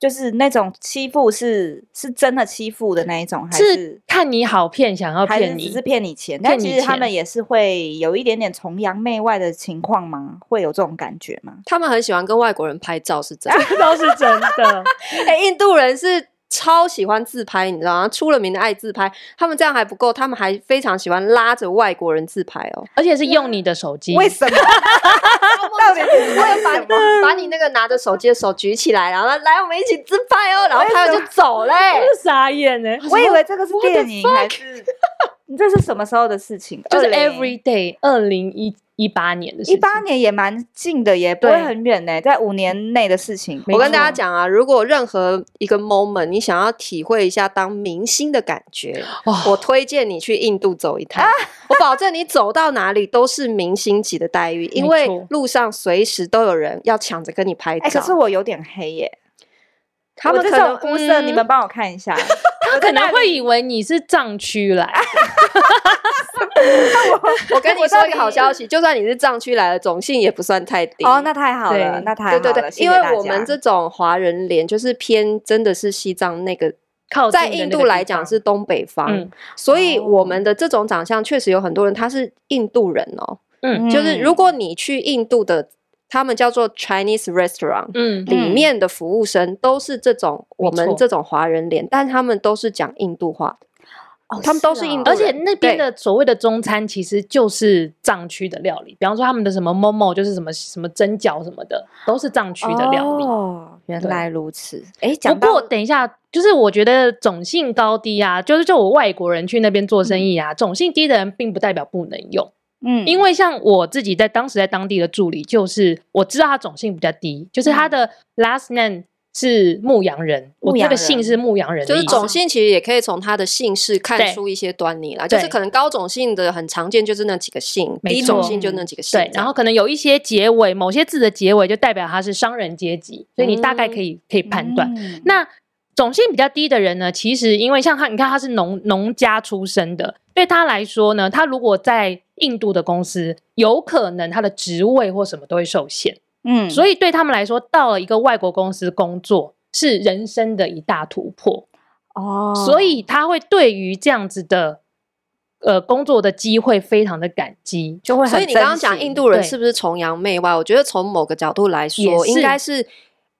[SPEAKER 2] 就是那种欺负是是真的欺负的那一种，还
[SPEAKER 3] 是
[SPEAKER 2] 是
[SPEAKER 3] 看你好骗，想要
[SPEAKER 2] 还是
[SPEAKER 3] 骗
[SPEAKER 2] 只
[SPEAKER 3] 你
[SPEAKER 2] 是。骗你钱？但
[SPEAKER 3] 骗你
[SPEAKER 2] 其实他
[SPEAKER 3] 钱
[SPEAKER 2] 们也是会有一点点崇洋媚外的情况吗？会有这种感觉吗？
[SPEAKER 1] 他们很喜欢跟外国人拍照，是真的。
[SPEAKER 2] [laughs]
[SPEAKER 3] 都是真 [laughs] 的，
[SPEAKER 1] 哎、印度人是超喜欢自拍，你知道吗？出了名的爱自拍。他们这样还不够，他们还非常喜欢拉着外国人自拍哦。
[SPEAKER 3] 而且是用你的手机。
[SPEAKER 2] 为什么？ [laughs] 到底是为
[SPEAKER 1] 把
[SPEAKER 2] 什么？ [laughs]
[SPEAKER 1] 把你那个拿着手机的手举起来，然后来我们一起自拍哦，然后拍完就走
[SPEAKER 2] [laughs]
[SPEAKER 1] 嘞、
[SPEAKER 3] 傻眼呢、
[SPEAKER 2] 我以为这个是电影，还是你这是什么时候的事情？
[SPEAKER 3] 就是
[SPEAKER 2] 20
[SPEAKER 3] every day，二零一一八年的事情
[SPEAKER 2] 一八年也蛮近的，也不会
[SPEAKER 3] 对
[SPEAKER 2] 很远呢、在五年内的事情。
[SPEAKER 3] 没
[SPEAKER 1] 我跟
[SPEAKER 3] 错
[SPEAKER 1] 大家讲啊，如果任何一个 moment 你想要体会一下当明星的感觉，
[SPEAKER 3] 哦，
[SPEAKER 1] 我推荐你去印度走一趟，
[SPEAKER 2] 啊
[SPEAKER 1] [laughs] 我保证你走到哪里都是明星级的待遇，因为
[SPEAKER 3] 没错
[SPEAKER 1] 路上随时都有人要抢着跟你拍
[SPEAKER 2] 哎、
[SPEAKER 1] 照。
[SPEAKER 2] 可是我有点黑耶、
[SPEAKER 1] 他们
[SPEAKER 2] 我
[SPEAKER 1] 可
[SPEAKER 2] 这
[SPEAKER 1] 能
[SPEAKER 2] 种肤色，你们
[SPEAKER 3] 嗯
[SPEAKER 2] 帮我看一下。
[SPEAKER 3] 他可能会以为你是藏区来，
[SPEAKER 1] 我跟你
[SPEAKER 2] 我到
[SPEAKER 1] 说
[SPEAKER 2] 底
[SPEAKER 1] 一个好
[SPEAKER 2] [laughs]
[SPEAKER 1] 消息，就算你是藏区来的，种姓也不算太低
[SPEAKER 2] 哦，那太好了，
[SPEAKER 3] 对
[SPEAKER 2] 那太好
[SPEAKER 1] 对
[SPEAKER 2] 了，
[SPEAKER 1] 对对，
[SPEAKER 2] 谢谢
[SPEAKER 1] 因为
[SPEAKER 2] 大
[SPEAKER 1] 我
[SPEAKER 2] 家
[SPEAKER 1] 们这种华人脸就是偏真的是西藏那个，
[SPEAKER 3] 靠近
[SPEAKER 1] 在
[SPEAKER 3] 的那
[SPEAKER 1] 印度
[SPEAKER 3] 个地
[SPEAKER 1] 来讲
[SPEAKER 3] 方
[SPEAKER 1] 是东北方，哦
[SPEAKER 3] 嗯
[SPEAKER 1] 所以我们的这种长相确实有很多人他是印度人哦，
[SPEAKER 3] 嗯
[SPEAKER 1] 就是如果你去印度的，他们叫做 Chinese restaurant。
[SPEAKER 3] 嗯
[SPEAKER 1] 里面的服务生都是这种我
[SPEAKER 3] 没
[SPEAKER 1] 们
[SPEAKER 3] 错
[SPEAKER 1] 这种华人脸，但他们都是讲印度话的，
[SPEAKER 2] 哦
[SPEAKER 1] 他们都是印度
[SPEAKER 3] 而
[SPEAKER 1] 人
[SPEAKER 3] 且那边的所谓的中餐其实就是藏区的料理，比方说他们的什么 momo 就是什么什么蒸饺什么的，都是藏区的料理。
[SPEAKER 2] 哦，原
[SPEAKER 3] 对
[SPEAKER 2] 来如此。哎、
[SPEAKER 3] 不
[SPEAKER 2] 讲
[SPEAKER 3] 过
[SPEAKER 2] 到
[SPEAKER 3] 等一下，就是我觉得种姓高低啊，就是就我外国人去那边做生意啊，种姓低的人并不代表不能用。
[SPEAKER 2] 嗯
[SPEAKER 3] 因为像我自己在当时在当地的助理，就是我知道他种姓比较低，就
[SPEAKER 1] 嗯
[SPEAKER 3] 是他的 last name 是牧羊人，
[SPEAKER 2] 牧
[SPEAKER 3] 我
[SPEAKER 2] 羊
[SPEAKER 3] 这
[SPEAKER 2] 人
[SPEAKER 3] 个姓是牧羊人
[SPEAKER 1] 就
[SPEAKER 3] 的意
[SPEAKER 1] 是
[SPEAKER 3] 思，
[SPEAKER 1] 种姓其实也可以从他的姓氏看
[SPEAKER 3] 对
[SPEAKER 1] 出一些端倪啦，就是
[SPEAKER 3] 对
[SPEAKER 1] 可能高种姓的很常见就是那几个姓，嗯
[SPEAKER 3] 没
[SPEAKER 1] 低种
[SPEAKER 3] 错
[SPEAKER 1] 姓就那几个姓这
[SPEAKER 3] 对
[SPEAKER 1] 样，，
[SPEAKER 3] 然后可能有一些结尾，某些字的结尾就代表他是商人阶级，所以你大概可以、可以判断。
[SPEAKER 2] 嗯
[SPEAKER 3] 那种姓比较低的人呢，其实因为像他，你看他是农农家出身的，对他来说呢，他如果在印度的公司，有可能他的职位或什么都会受限。
[SPEAKER 2] 嗯，
[SPEAKER 3] 所以对他们来说，到了一个外国公司工作是人生的一大突破，
[SPEAKER 2] 哦，
[SPEAKER 3] 所以他会对于这样子的呃工作的机会非常的感激。
[SPEAKER 2] 就会很
[SPEAKER 1] 所以你刚刚
[SPEAKER 2] 珍惜
[SPEAKER 1] 讲印度人
[SPEAKER 3] 对
[SPEAKER 1] 是不是崇洋媚外？我觉得从某个角度来
[SPEAKER 3] 也
[SPEAKER 1] 说，
[SPEAKER 3] 是
[SPEAKER 1] 应该是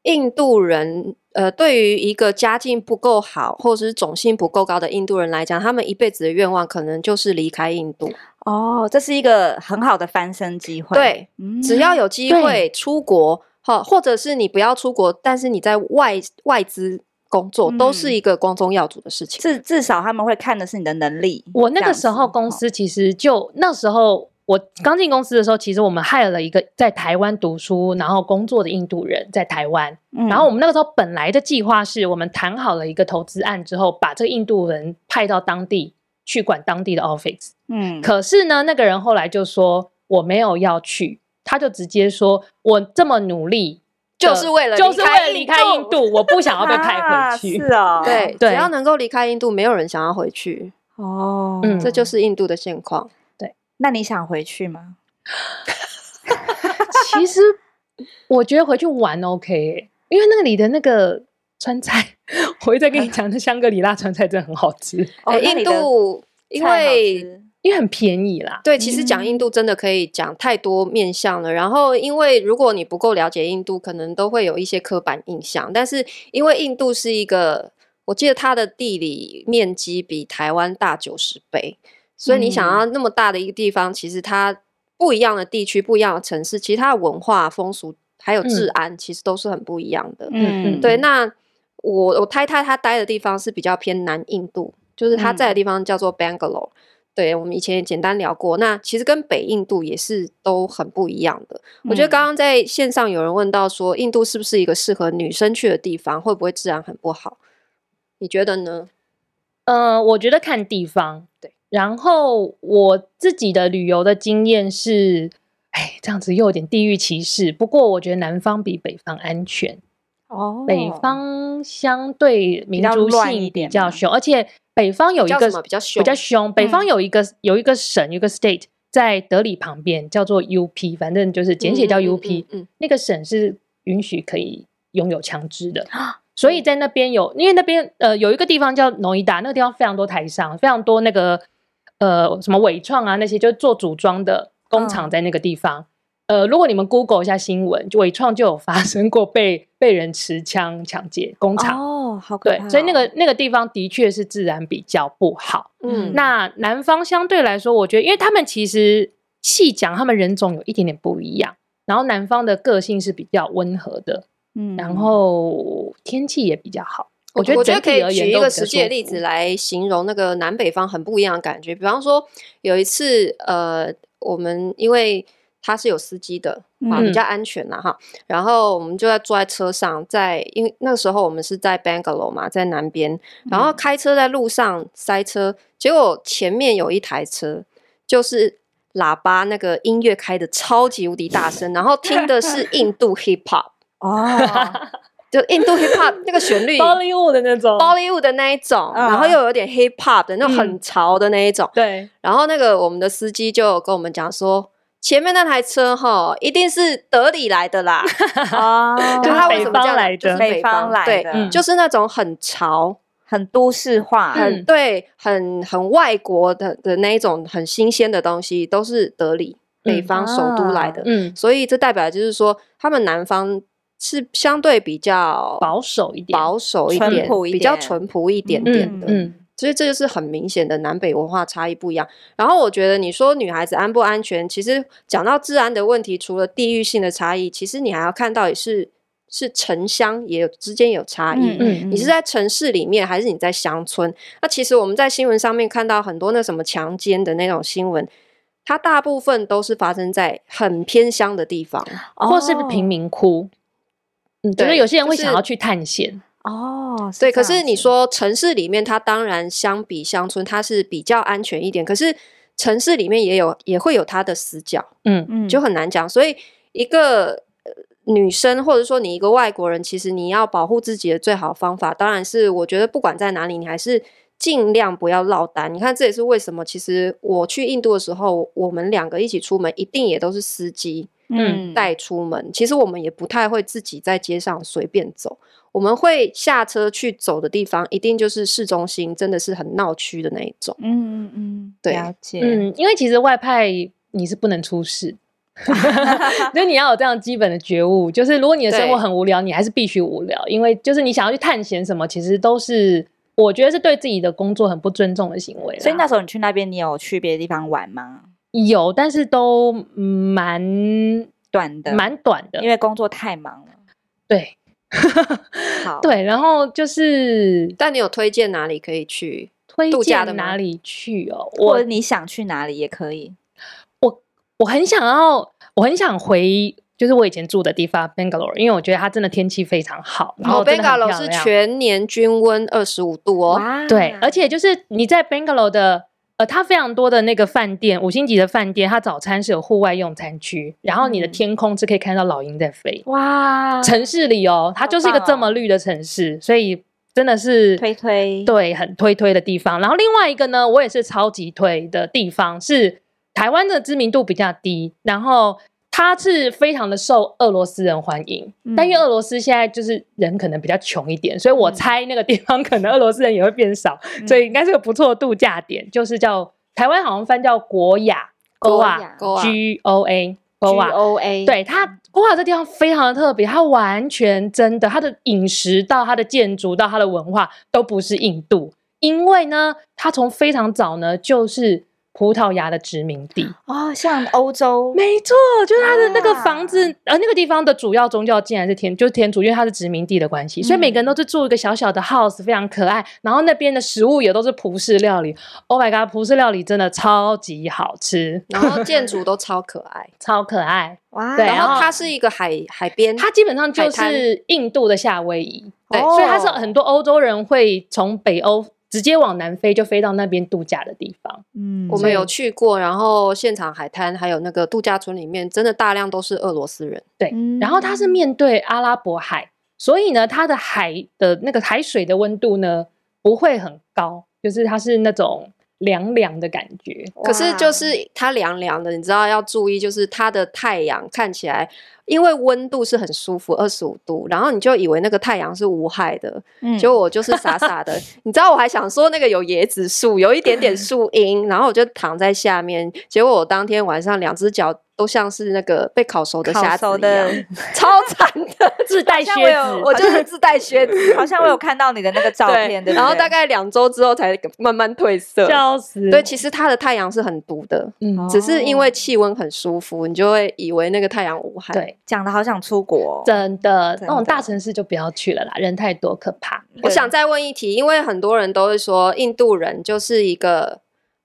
[SPEAKER 1] 印度人。呃，对于一个家境不够好，或者是种姓不够高的印度人来讲，他们一辈子的愿望可能就是离开印度。
[SPEAKER 2] 哦，这是一个很好的翻身机会。
[SPEAKER 1] 对，
[SPEAKER 2] 嗯，
[SPEAKER 1] 只要有机会出国，哈，或者是你不要出国，但是你在外外资工作，都
[SPEAKER 2] 嗯
[SPEAKER 1] 是一个光宗耀祖的事情。
[SPEAKER 2] 至至少他们会看的是你的能力。
[SPEAKER 3] 我那
[SPEAKER 2] 这
[SPEAKER 3] 个
[SPEAKER 2] 样子哦
[SPEAKER 3] 时候公，司其实就那时候我刚进公司的时候，其实我们害了一个在台湾读书然后工作的印度人在台湾。
[SPEAKER 2] 嗯
[SPEAKER 3] 然后我们那个时候本来的计划是我们谈好了一个投资案之后，把这个印度人派到当地去管当地的 office。
[SPEAKER 2] 嗯，
[SPEAKER 3] 可是呢，那个人后来就说我没有要去，他就直接说我这么努力的，
[SPEAKER 1] 就是为了
[SPEAKER 3] 就是为了离
[SPEAKER 1] 离
[SPEAKER 3] 开
[SPEAKER 1] 开
[SPEAKER 3] 印
[SPEAKER 1] 印
[SPEAKER 3] 度，我不
[SPEAKER 2] [laughs]
[SPEAKER 3] 想要被派
[SPEAKER 2] 啊
[SPEAKER 3] 回去。
[SPEAKER 2] 是哦，
[SPEAKER 1] 对，
[SPEAKER 3] 对
[SPEAKER 1] 只要能够离开印度，没有人想要回去，
[SPEAKER 2] 哦，
[SPEAKER 3] 嗯
[SPEAKER 1] 这就是印度的现况。
[SPEAKER 2] 那你想回去吗？
[SPEAKER 3] [laughs] 其实我觉得回去玩 OK，欸因为那里的那个川菜，我会再跟你讲，那香格里拉川菜真的很好吃，
[SPEAKER 2] 哦
[SPEAKER 1] 诶呃
[SPEAKER 2] 那
[SPEAKER 1] 印
[SPEAKER 2] 你的
[SPEAKER 1] 度因
[SPEAKER 2] 菜好
[SPEAKER 1] 为
[SPEAKER 2] 吃
[SPEAKER 3] 因为很便宜啦。
[SPEAKER 1] 对，其实讲
[SPEAKER 2] 嗯
[SPEAKER 1] 印度真的可以讲太多面向了。然后，因为如果你不够了解印度，可能都会有一些刻板印象。但是，因为印度是一个，我记得它的地理面积比台湾大九十倍，所以你想要那么大的一个地方，其实它不一样的地区、不一样的城市，其实它的文化、风俗还有治
[SPEAKER 3] 嗯
[SPEAKER 1] 安，其实都是很不一样的。
[SPEAKER 3] 嗯
[SPEAKER 2] 嗯，
[SPEAKER 1] 对，那我我太太她待的地方是比较偏南印度，就是她
[SPEAKER 3] 嗯
[SPEAKER 1] 在的地方叫做 Bangalore、对，我们以前也简单聊过。那其实跟北印度也是都很不一样的。我觉得
[SPEAKER 2] 嗯
[SPEAKER 1] 刚刚在线上有人问到说，印度是不是一个适合女生去的地方？会不会治安很不好？你觉得呢？
[SPEAKER 3] 呃，我觉得看地方，对。然后我自己的旅游的经验是，哎，这样子又有点地域歧视。不过我觉得南方比北方安全。
[SPEAKER 2] 哦，
[SPEAKER 3] 北方相对民族
[SPEAKER 2] 比较乱
[SPEAKER 3] 性
[SPEAKER 2] 一
[SPEAKER 3] 比
[SPEAKER 2] 点
[SPEAKER 3] 较
[SPEAKER 2] 吗
[SPEAKER 3] 凶，而且北方有一
[SPEAKER 1] 叫
[SPEAKER 3] 个
[SPEAKER 1] 什么比较凶嗯
[SPEAKER 3] 比较凶。北方有一个、有一个省，有一个 state 在德里旁边，叫做 UP，反正就是简写叫
[SPEAKER 1] 嗯嗯
[SPEAKER 3] UP、
[SPEAKER 1] 嗯，嗯
[SPEAKER 3] 那个省是允许可以拥有枪支的，
[SPEAKER 2] 啊
[SPEAKER 3] 所
[SPEAKER 2] 嗯
[SPEAKER 3] 以在那边有，因为那边呃有一个地方叫农伊达，那个地方非常多台商，非常多那个呃什么伟创啊那些，就是做组装的工厂
[SPEAKER 2] 嗯
[SPEAKER 3] 在那个地方。呃，如果你们 Google 一下新闻，就伟创就有发生过被被人持枪抢劫工厂，
[SPEAKER 2] 哦，好可
[SPEAKER 3] 对
[SPEAKER 2] 怕哦，
[SPEAKER 3] 所以那个那个地方的确是治安比较不好。
[SPEAKER 1] 嗯，
[SPEAKER 3] 那南方相对来说，我觉得，因为他们其实细讲，他们人种有一点点不一样。然后南方的个性是比较温和的，
[SPEAKER 2] 嗯
[SPEAKER 3] 然后天气也比较好。我觉得
[SPEAKER 1] 我觉得
[SPEAKER 3] 整
[SPEAKER 1] 可
[SPEAKER 3] 体
[SPEAKER 1] 以
[SPEAKER 3] 而言
[SPEAKER 1] 举一
[SPEAKER 3] 都
[SPEAKER 1] 个
[SPEAKER 3] 比较嗯
[SPEAKER 1] 实际的
[SPEAKER 3] 舒
[SPEAKER 1] 例
[SPEAKER 3] 服
[SPEAKER 1] 子来形容那个南北方很不一样的感觉。比方说，有一次，呃，我们因为他是有司机的啊，比
[SPEAKER 3] 嗯
[SPEAKER 1] 较安全啦哈。然后我们就在坐在车上，在因为那个时候我们是在 Bangalore 嘛，在南边，然
[SPEAKER 3] 嗯
[SPEAKER 1] 后开车在路上塞车，结果前面有一台车，就是喇叭那个音乐开的超级无敌大声，然后听的是印度 hip hop，
[SPEAKER 2] 哦，
[SPEAKER 1] 就印度 hip hop 那个旋
[SPEAKER 3] [laughs]
[SPEAKER 1] 律
[SPEAKER 3] Bollywood 的那种
[SPEAKER 1] Bollywood 的那一种，
[SPEAKER 2] 嗯
[SPEAKER 1] 然后又有点 hip hop 的那种
[SPEAKER 3] 哦嗯
[SPEAKER 1] 很潮的那一种。
[SPEAKER 3] 对，
[SPEAKER 1] 然后那个我们的司机就有跟我们讲说，前面那台车哈，一定是德里来的啦，
[SPEAKER 2] 哦，
[SPEAKER 3] [laughs] 就是
[SPEAKER 1] 他为
[SPEAKER 3] 北
[SPEAKER 1] 什么
[SPEAKER 3] 方
[SPEAKER 1] 这样
[SPEAKER 3] 来
[SPEAKER 1] 就是
[SPEAKER 3] 的
[SPEAKER 2] 北方来
[SPEAKER 1] 对
[SPEAKER 2] 的，
[SPEAKER 3] 嗯
[SPEAKER 1] 就是那种很潮、
[SPEAKER 2] 很都市化，
[SPEAKER 1] 很、
[SPEAKER 3] 嗯
[SPEAKER 1] 对、很很外国的的那一种很新鲜的东西，都是德里北方首都来的。
[SPEAKER 3] 嗯，
[SPEAKER 1] 所以这代表就是说，他们南方是相对比较
[SPEAKER 3] 保守一点，
[SPEAKER 1] 保守一
[SPEAKER 2] 淳
[SPEAKER 1] 点，
[SPEAKER 2] 朴一
[SPEAKER 1] 比较
[SPEAKER 2] 点
[SPEAKER 1] 淳朴一点
[SPEAKER 2] 一
[SPEAKER 1] 点的。
[SPEAKER 3] 嗯嗯，
[SPEAKER 1] 所以这就是很明显的南北文化差异不一样。然后我觉得你说女孩子安不安全，其实讲到治安的问题，除了地域性的差异，其实你还要看到也是是城乡也有之间有差异。
[SPEAKER 3] 嗯
[SPEAKER 1] 你是在城市里面，还是你在乡村？那其实我们在新闻上面看到很多那什么强奸的那种新闻，它大部分都是发生在很偏乡的地方。
[SPEAKER 3] 嗯
[SPEAKER 2] 嗯
[SPEAKER 3] 或是贫民窟，嗯，就是
[SPEAKER 1] 对
[SPEAKER 3] 有些人
[SPEAKER 1] 哦就
[SPEAKER 3] 会想
[SPEAKER 1] 是
[SPEAKER 3] 要去探险，
[SPEAKER 2] 哦，
[SPEAKER 1] 对，可
[SPEAKER 2] 这样
[SPEAKER 1] 是你
[SPEAKER 2] 子
[SPEAKER 1] 说城市里面，它当然相比乡村，它是比较安全一点。可是城市里面也有也会有它的死角，
[SPEAKER 3] 嗯
[SPEAKER 2] 嗯
[SPEAKER 1] 就很难讲。所以一个、呃女生，或者说你一个外国人，其实你要保护自己的最好方法，当然是我觉得不管在哪里，你还是尽量不要落单。你看，这也是为什么，其实我去印度的时候，我们两个一起出门，一定也都是司机
[SPEAKER 3] 嗯
[SPEAKER 1] 带出门。其实我们也不太会自己在街上随便走，我们会下车去走的地方，一定就是市中心，真的是很闹区的那一种。
[SPEAKER 2] 嗯嗯嗯，
[SPEAKER 1] 对
[SPEAKER 2] 了解，
[SPEAKER 3] 嗯，因为其实外派你是不能出事。所以你要有这样基本的觉悟，就是如果你的生活
[SPEAKER 1] 对
[SPEAKER 3] 很无聊，你还是必须无聊，因为就是你想要去探险什么，其实都是我觉得是对自己的工作很不尊重的行为啦。
[SPEAKER 2] 所以那时候你去那边，你有去别的地方玩吗？
[SPEAKER 3] 有，但是都蛮
[SPEAKER 2] 短的，
[SPEAKER 3] 蛮短的
[SPEAKER 2] 因，为工作太忙了。
[SPEAKER 3] 对
[SPEAKER 2] 好，，
[SPEAKER 3] 对。然后就是
[SPEAKER 1] 但你有推荐哪里可以去？
[SPEAKER 3] 推
[SPEAKER 1] 度假
[SPEAKER 3] 荐
[SPEAKER 1] 的吗
[SPEAKER 3] 哪里去哦，
[SPEAKER 2] 或
[SPEAKER 3] 我
[SPEAKER 2] 者你想去哪里也可以。
[SPEAKER 3] 我很想要，我很想回。就是我以前住的地方 Bangalore，因为我觉得它真的天气非常好，然后
[SPEAKER 1] 哦
[SPEAKER 3] 真的很
[SPEAKER 1] Bangalore
[SPEAKER 3] 漂
[SPEAKER 1] 是
[SPEAKER 3] 亮
[SPEAKER 1] 全年均温二十五度哦。
[SPEAKER 2] 哇
[SPEAKER 3] 对，而且就是你在 Bangalore 的呃，它非常多的那个饭店，五星级的饭店，它早餐是有户外用餐区，然后你的
[SPEAKER 2] 嗯
[SPEAKER 3] 天空是可以看到老鹰在飞。
[SPEAKER 2] 哇，
[SPEAKER 3] 城市里哦，它
[SPEAKER 2] 好
[SPEAKER 3] 就是一个
[SPEAKER 2] 棒
[SPEAKER 3] 这么
[SPEAKER 2] 哦
[SPEAKER 3] 绿的城市，所以真的是
[SPEAKER 2] 推推，
[SPEAKER 3] 对很推推的地方。然后另外一个呢，我也是超级推的地方是台湾的知名度比较低，然后。它是非常的受俄罗斯人欢迎，但因为
[SPEAKER 2] 嗯
[SPEAKER 3] 俄罗斯现在就是人可能比较穷一点，所以我
[SPEAKER 2] 嗯
[SPEAKER 3] 猜那个地方可能俄罗斯人也会变少，所以应该是个不错的度假点，就是叫台湾好像翻叫国雅
[SPEAKER 2] 国
[SPEAKER 3] Goa
[SPEAKER 2] 雅
[SPEAKER 1] Goa
[SPEAKER 3] G O A
[SPEAKER 2] G
[SPEAKER 3] Goa。
[SPEAKER 2] O A，嗯
[SPEAKER 3] 对它，国雅这地方非常的特别，它完全真的，它的饮食到它的建筑到它的文化都不是印度，因为呢，它从非常早呢就是葡萄牙的殖民地，
[SPEAKER 2] 哦，像欧洲，
[SPEAKER 3] 没错，就是他的那个
[SPEAKER 2] 啊
[SPEAKER 3] 房子，呃，那个地方的主要宗教竟然是天，就是天主，因为它是殖民地的关系，所以每个人都是住一个小小的 house，非常可爱。然后那边的食物也都是葡式料理，Oh my god，葡式料理真的超级好吃，
[SPEAKER 1] 然后建筑都超可爱，
[SPEAKER 3] 超可爱。
[SPEAKER 2] 哇，
[SPEAKER 3] [laughs] 对
[SPEAKER 1] 然
[SPEAKER 3] 然
[SPEAKER 1] 后
[SPEAKER 3] 后
[SPEAKER 1] 它是一个海海边，
[SPEAKER 3] 它基本上
[SPEAKER 1] 嗯
[SPEAKER 3] 就
[SPEAKER 1] 海滩
[SPEAKER 3] 是印度的夏威夷，
[SPEAKER 1] 对
[SPEAKER 3] 所以它是
[SPEAKER 2] 哦
[SPEAKER 3] 很多欧洲人会从北欧直接往南飞，就飞到那边度假的地方。
[SPEAKER 2] 嗯，
[SPEAKER 1] 我
[SPEAKER 2] 所
[SPEAKER 1] 们
[SPEAKER 2] 以
[SPEAKER 1] 有去过，然后现场海滩还有那个度假村里面，真的大量都是俄罗斯人。
[SPEAKER 2] 嗯
[SPEAKER 3] 然后它是面对阿拉伯海，所以呢，它的海的那个海水的温度呢不会很高，就是它是那种凉凉的感觉。
[SPEAKER 1] 可是
[SPEAKER 2] 哇
[SPEAKER 1] 就是它凉凉的，你知道要注意，就是它的太阳看起来，因为温度是很舒服，二十五度，然后你就以为那个太阳是无害的，
[SPEAKER 2] 嗯
[SPEAKER 1] 结果我就是傻傻
[SPEAKER 2] [laughs]
[SPEAKER 1] 的。你知道我还想说那个有椰子树，有一点点树荫，然后我就躺在下面，结果我当天晚上两只脚都像是那个被烤熟的
[SPEAKER 2] 烤
[SPEAKER 1] 虾子
[SPEAKER 2] 熟
[SPEAKER 1] 一样，
[SPEAKER 2] 的，
[SPEAKER 1] 超惨
[SPEAKER 2] [laughs]
[SPEAKER 1] 的。
[SPEAKER 3] 自带靴
[SPEAKER 2] 像我有
[SPEAKER 3] 子，
[SPEAKER 2] 我就是自带靴子，好像我有看到你的那个照
[SPEAKER 1] 对
[SPEAKER 2] 片，对不
[SPEAKER 1] 然后
[SPEAKER 2] 对
[SPEAKER 1] 大概两周之后才慢慢褪色。
[SPEAKER 3] 笑死。
[SPEAKER 1] 对，其实它的太阳是很毒的，
[SPEAKER 3] 嗯，
[SPEAKER 2] 哦
[SPEAKER 1] 只是因为气温很舒服，你就会以为那个太阳无害。，
[SPEAKER 3] 对，
[SPEAKER 2] 讲的好想出国哦，
[SPEAKER 3] 真的
[SPEAKER 2] 真
[SPEAKER 3] 那种大
[SPEAKER 2] 的
[SPEAKER 3] 城市就不要去了啦，人太多可怕。
[SPEAKER 1] 我
[SPEAKER 2] 对
[SPEAKER 1] 想再问一题，因为很多人都会说印度人就是一个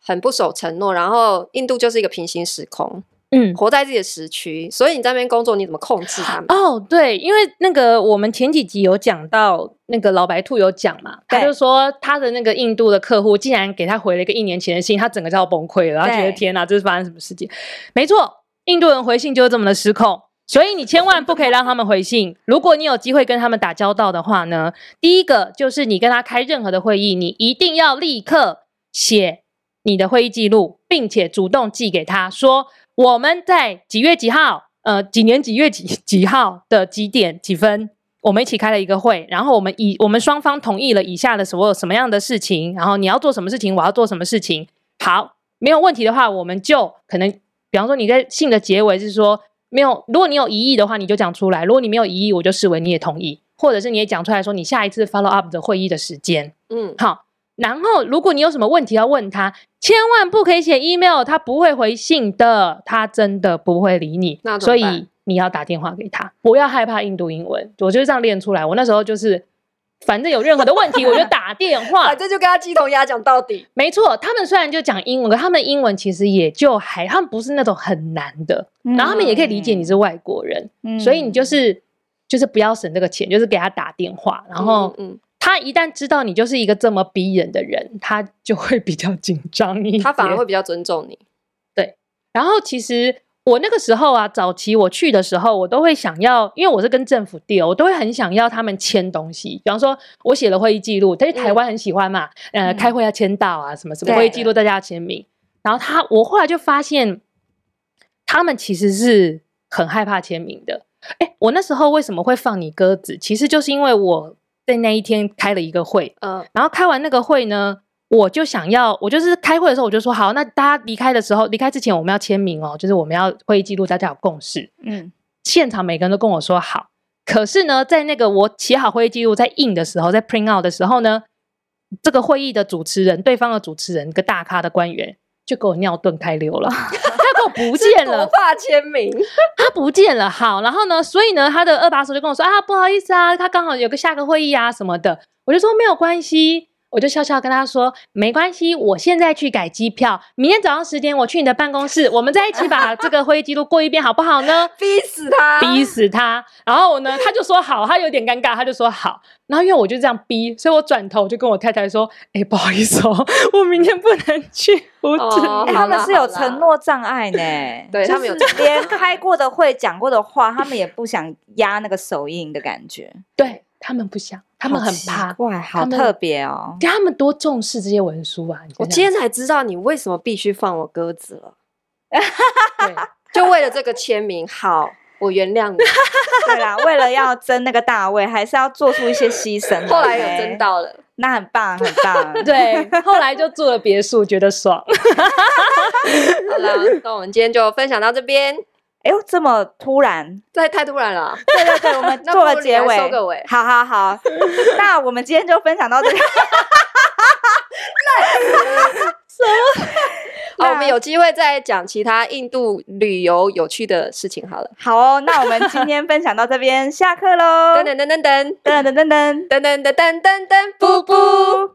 [SPEAKER 1] 很不守承诺，然后印度就是一个平行时空，
[SPEAKER 3] 嗯。
[SPEAKER 1] 活在自己的时区，所以你在那边工作，你怎么控制他们？ [laughs]
[SPEAKER 3] 哦，对，因为那个我们前几集有讲到，那个老白兔有讲嘛，他
[SPEAKER 2] 对
[SPEAKER 3] 就说他的那个印度的客户竟然给他回了一个一年前的信，他整个就要崩溃了，他觉得
[SPEAKER 2] 对
[SPEAKER 3] 天哪，这是发生什么事情？没错，印度人回信就是这么的失控，所以你千万不可以让他们回信。如果你有机会跟他们打交道的话呢，第一个就是你跟他开任何的会议，你一定要立刻写你的会议记录，并且主动寄给他说我们在几月几号，呃，几年几月几几号的几点几分。我们一起开了一个会，然后我们以我们双方同意了以下的所有什么样的事情，然后你要做什么事情，我要做什么事情。好，没有问题的话，我们就可能，比方说你在信的结尾是说没有，如果你有疑义的话，你就讲出来；如果你没有疑义，我就视为你也同意，或者是你也讲出来说你下一次 follow up 的会议的时间。
[SPEAKER 1] 嗯，
[SPEAKER 3] 好，然后如果你有什么问题要问他，千万不可以写 email，他不会回信的，他真的不会理你
[SPEAKER 1] 那。怎
[SPEAKER 3] 所
[SPEAKER 1] 么办
[SPEAKER 3] 以你要打电话给他，不要害怕印度英文，我就是这样练出来。我那时候就是。反正有任何的
[SPEAKER 1] [laughs]
[SPEAKER 3] 问题，我就打电话。
[SPEAKER 1] 反正啊就跟他鸡同鸭讲到底。
[SPEAKER 3] 没错，他们虽然就讲英文，可他们的英文其实也就还，他们不是那种很难的，
[SPEAKER 2] 嗯
[SPEAKER 3] 然后他们也可以理解你是外国人，
[SPEAKER 2] 嗯
[SPEAKER 3] 所以你就是就是不要省这个钱，就是给他打电话，然后
[SPEAKER 1] 嗯，嗯
[SPEAKER 3] 他一旦知道你就是一个这么逼人的人，他就会比较紧张
[SPEAKER 1] [laughs]
[SPEAKER 3] 一
[SPEAKER 1] 嗯他反而
[SPEAKER 3] 点
[SPEAKER 1] 会比较尊重你。
[SPEAKER 3] 然后其实我那个时候啊，早期我去的时候，我都会想要，因为我是跟政府 deal，我都会很想要他们签东西。比方说，我写了会议记录，但是台湾很喜欢嘛，呃，
[SPEAKER 2] 嗯
[SPEAKER 3] 开会要签到啊，什么什么
[SPEAKER 2] 对
[SPEAKER 3] 会议记录大家要签名。然后他，我后来就发现，他们其实是很害怕签名的。哎，我那时候为什么会放你鸽子？其实就是因为我在那一天开了一个会，
[SPEAKER 1] 嗯
[SPEAKER 3] 然后开完那个会呢，我就想要，我就是开会的时候我就说好，那大家离开的时候，离开之前我们要签名哦，就是我们要会议记录，大家有共识。
[SPEAKER 2] 嗯，
[SPEAKER 3] 现场每个人都跟我说好，可是呢，在那个我写好会议记录在印的时候，在 print out 的时候呢，这个会议的主持人，对方的主持人，一个大咖的官员就给我尿遁开溜了， [laughs] 他给我不见了
[SPEAKER 1] 头。发签名，
[SPEAKER 3] [laughs] 他不见了，好，然后呢，所以呢，他的二把手就跟我说啊，不好意思啊，他刚好有个下个会议啊什么的，我就说没有关系，我就笑笑跟他说没关系，我现在去改机票，明天早上十点我去你的办公室，我们再一起把这个会议记录过一遍好不好
[SPEAKER 2] [laughs]
[SPEAKER 3] 呢？
[SPEAKER 2] 逼死他，
[SPEAKER 3] 逼死他，然后呢，他就说好，他有点尴尬，他就说好，然后因为我就这样逼，所以我转头就跟我太太说，哎、不好意思哦，我明天不能去，我只能
[SPEAKER 1] 哦
[SPEAKER 2] 哎他们是有承诺障碍呢，
[SPEAKER 1] 对
[SPEAKER 2] 就是
[SPEAKER 1] 他们有承诺障碍
[SPEAKER 2] 连开过的会、讲过的话，他们也不想压那个手印的感觉，
[SPEAKER 3] 对他们不想，他们很
[SPEAKER 2] 好
[SPEAKER 3] 怕
[SPEAKER 2] 奇。怪，好
[SPEAKER 3] 他们
[SPEAKER 2] 特别哦。 [laughs]
[SPEAKER 3] 他们多重视这些文书啊！你
[SPEAKER 1] 我今
[SPEAKER 3] 觉得
[SPEAKER 1] 天才知道你为什么必须放我鸽子了，
[SPEAKER 3] 对
[SPEAKER 1] 就为了这个签名。好，我原谅你。
[SPEAKER 3] [laughs]
[SPEAKER 2] 对啦，为了要争那个大位，还是要做出一些牺牲。
[SPEAKER 1] 后来有争，到了，
[SPEAKER 2] 那很棒，很 [laughs] 棒。
[SPEAKER 1] [laughs]
[SPEAKER 3] 对，后来就住了别墅，觉得爽。
[SPEAKER 1] [laughs] 好啦，那我们今天就分享到这边，
[SPEAKER 2] 哎呦，这么突然，
[SPEAKER 1] 这太突然了。
[SPEAKER 2] 对对对，我们
[SPEAKER 1] [laughs] 那
[SPEAKER 2] 做
[SPEAKER 1] 不
[SPEAKER 2] 了
[SPEAKER 1] 如你
[SPEAKER 2] 结
[SPEAKER 1] 来
[SPEAKER 2] 尾，
[SPEAKER 1] 收个尾
[SPEAKER 2] 好好好， [laughs] 那我们今天就分享到这里。
[SPEAKER 1] 好，
[SPEAKER 2] 那
[SPEAKER 1] 我们有机会再讲其他印度旅游有趣的事情好了。
[SPEAKER 2] 好哦，那我们今天分享到这边，下课喽。
[SPEAKER 1] 噔噔噔噔噔
[SPEAKER 2] 噔噔噔噔，
[SPEAKER 1] 噔噔噔噔噔噔，
[SPEAKER 2] 布
[SPEAKER 1] 布布。
[SPEAKER 2] 布。